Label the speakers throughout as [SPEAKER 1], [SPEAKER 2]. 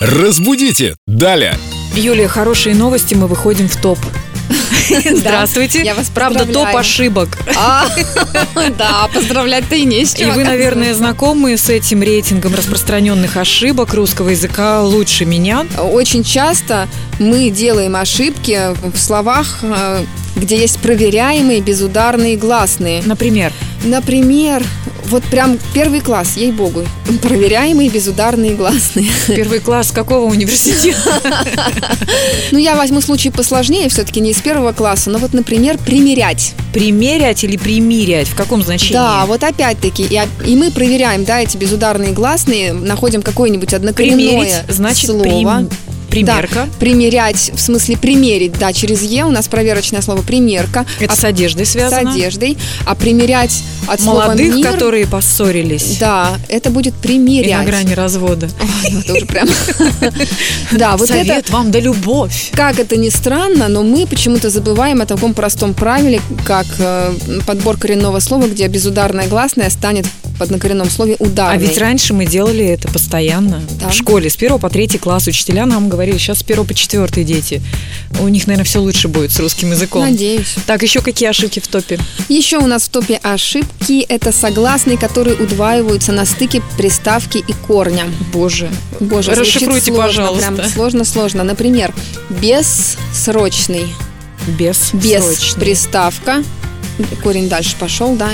[SPEAKER 1] Разбудите! Далее!
[SPEAKER 2] Юлия, хорошие новости, мы выходим в топ. Здравствуйте.
[SPEAKER 3] я вас
[SPEAKER 2] Правда, топ
[SPEAKER 3] поздравляю.
[SPEAKER 2] ошибок.
[SPEAKER 3] А, Да, поздравлять-то и не с
[SPEAKER 2] И
[SPEAKER 3] чем.
[SPEAKER 2] вы, наверное, знакомы с этим рейтингом распространенных ошибок русского языка лучше меня.
[SPEAKER 3] Очень часто мы делаем ошибки в словах, э, где есть проверяемые безударные гласные.
[SPEAKER 2] Например,
[SPEAKER 3] Например, вот прям первый класс, ей-богу, проверяемые безударные гласные.
[SPEAKER 2] первый класс какого университета?
[SPEAKER 3] Ну, я возьму случай посложнее, все-таки не из первого класса, но вот, например, примерять.
[SPEAKER 2] Примерять или примирять? В каком значении?
[SPEAKER 3] Да, вот опять-таки, и, оп- и мы проверяем, да, эти безударные гласные, находим какое-нибудь однокоренное
[SPEAKER 2] Примерить значит
[SPEAKER 3] слово.
[SPEAKER 2] прим- примерка.
[SPEAKER 3] Да, примерять, в смысле примерить, да, через «е» у нас проверочное слово «примерка».
[SPEAKER 2] Это
[SPEAKER 3] а
[SPEAKER 2] с одеждой
[SPEAKER 3] с
[SPEAKER 2] связано.
[SPEAKER 3] одеждой. А примерять от
[SPEAKER 2] Молодых,
[SPEAKER 3] слова «мир»,
[SPEAKER 2] которые поссорились.
[SPEAKER 3] Да, это будет
[SPEAKER 2] И на
[SPEAKER 3] примерять.
[SPEAKER 2] грани развода.
[SPEAKER 3] Ой, ну это уже прям... Да, А вот это...
[SPEAKER 2] Совет вам да любовь.
[SPEAKER 3] Как это ни странно, но мы почему-то забываем о таком простом правиле, как э, подбор коренного слова, где безударная гласная станет в однокоренном слове
[SPEAKER 2] А
[SPEAKER 3] ударной.
[SPEAKER 2] ведь раньше мы делали это постоянно.
[SPEAKER 3] Да.
[SPEAKER 2] В школе с 1 по 3 класс учителя нам говорили, сейчас с 1 по 4 дети. У них, наверное, все лучше будет с русским языком.
[SPEAKER 3] Надеюсь.
[SPEAKER 2] Так, еще какие ошибки в топе?
[SPEAKER 3] Еще у нас в топе ошибки – это согласные, которые удваиваются на стыке приставки и корня.
[SPEAKER 2] Боже.
[SPEAKER 3] Боже, звучит
[SPEAKER 2] Расшифруйте,
[SPEAKER 3] сложно,
[SPEAKER 2] пожалуйста.
[SPEAKER 3] Прям сложно-сложно. Например, бессрочный.
[SPEAKER 2] Без.
[SPEAKER 3] Без
[SPEAKER 2] срочный.
[SPEAKER 3] приставка. Корень дальше пошел, да?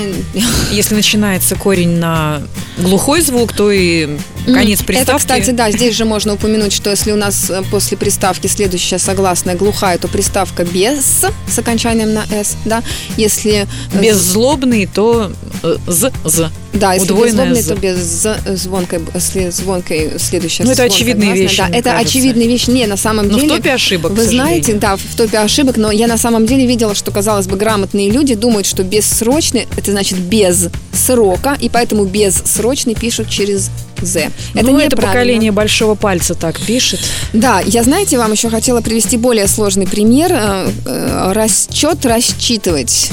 [SPEAKER 2] Если начинается корень на глухой звук, то и конец приставки.
[SPEAKER 3] Это, кстати, да, здесь же можно упомянуть, что если у нас э, после приставки следующая согласная глухая, то приставка без с окончанием на с, да? Если э,
[SPEAKER 2] Беззлобный, то э, з з.
[SPEAKER 3] Да, если
[SPEAKER 2] Удвоенное
[SPEAKER 3] беззлобный,
[SPEAKER 2] «з».
[SPEAKER 3] то без «з» звонкой, если звонкой следующая
[SPEAKER 2] Ну, это
[SPEAKER 3] звонкая
[SPEAKER 2] очевидные
[SPEAKER 3] гласная.
[SPEAKER 2] вещи,
[SPEAKER 3] Да,
[SPEAKER 2] мне
[SPEAKER 3] это
[SPEAKER 2] кажется.
[SPEAKER 3] очевидные вещи. Не, на самом
[SPEAKER 2] Но в
[SPEAKER 3] деле...
[SPEAKER 2] топе ошибок, к
[SPEAKER 3] Вы знаете,
[SPEAKER 2] сожалению.
[SPEAKER 3] да, в топе ошибок, но я на самом деле видела, что, казалось бы, грамотные люди думают, что бессрочный – это значит без срока, и поэтому бессрочный пишут через «з». Это
[SPEAKER 2] Ну,
[SPEAKER 3] неправильно.
[SPEAKER 2] это поколение большого пальца так пишет.
[SPEAKER 3] Да, я, знаете, вам еще хотела привести более сложный пример. Э, э, Расчет рассчитывать.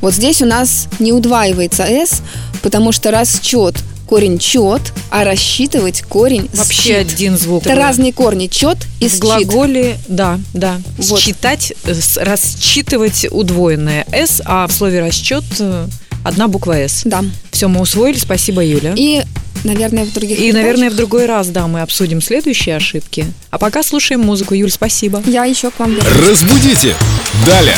[SPEAKER 3] Вот здесь у нас не удваивается «с», потому что расчет – корень «чет», а рассчитывать – корень
[SPEAKER 2] Вообще
[SPEAKER 3] «счит».
[SPEAKER 2] один звук.
[SPEAKER 3] Это разные корни «чет» и
[SPEAKER 2] в
[SPEAKER 3] «счит».
[SPEAKER 2] глаголе, да, да.
[SPEAKER 3] Вот.
[SPEAKER 2] Считать, э, с- рассчитывать удвоенное «с», а в слове «расчет» э, одна буква «с».
[SPEAKER 3] Да.
[SPEAKER 2] Все, мы усвоили, спасибо, Юля.
[SPEAKER 3] И, наверное, в других
[SPEAKER 2] И, наверное, в другой раз, да, мы обсудим следующие ошибки. А пока слушаем музыку. Юль, спасибо.
[SPEAKER 3] Я еще к вам вернусь.
[SPEAKER 1] Разбудите! Далее!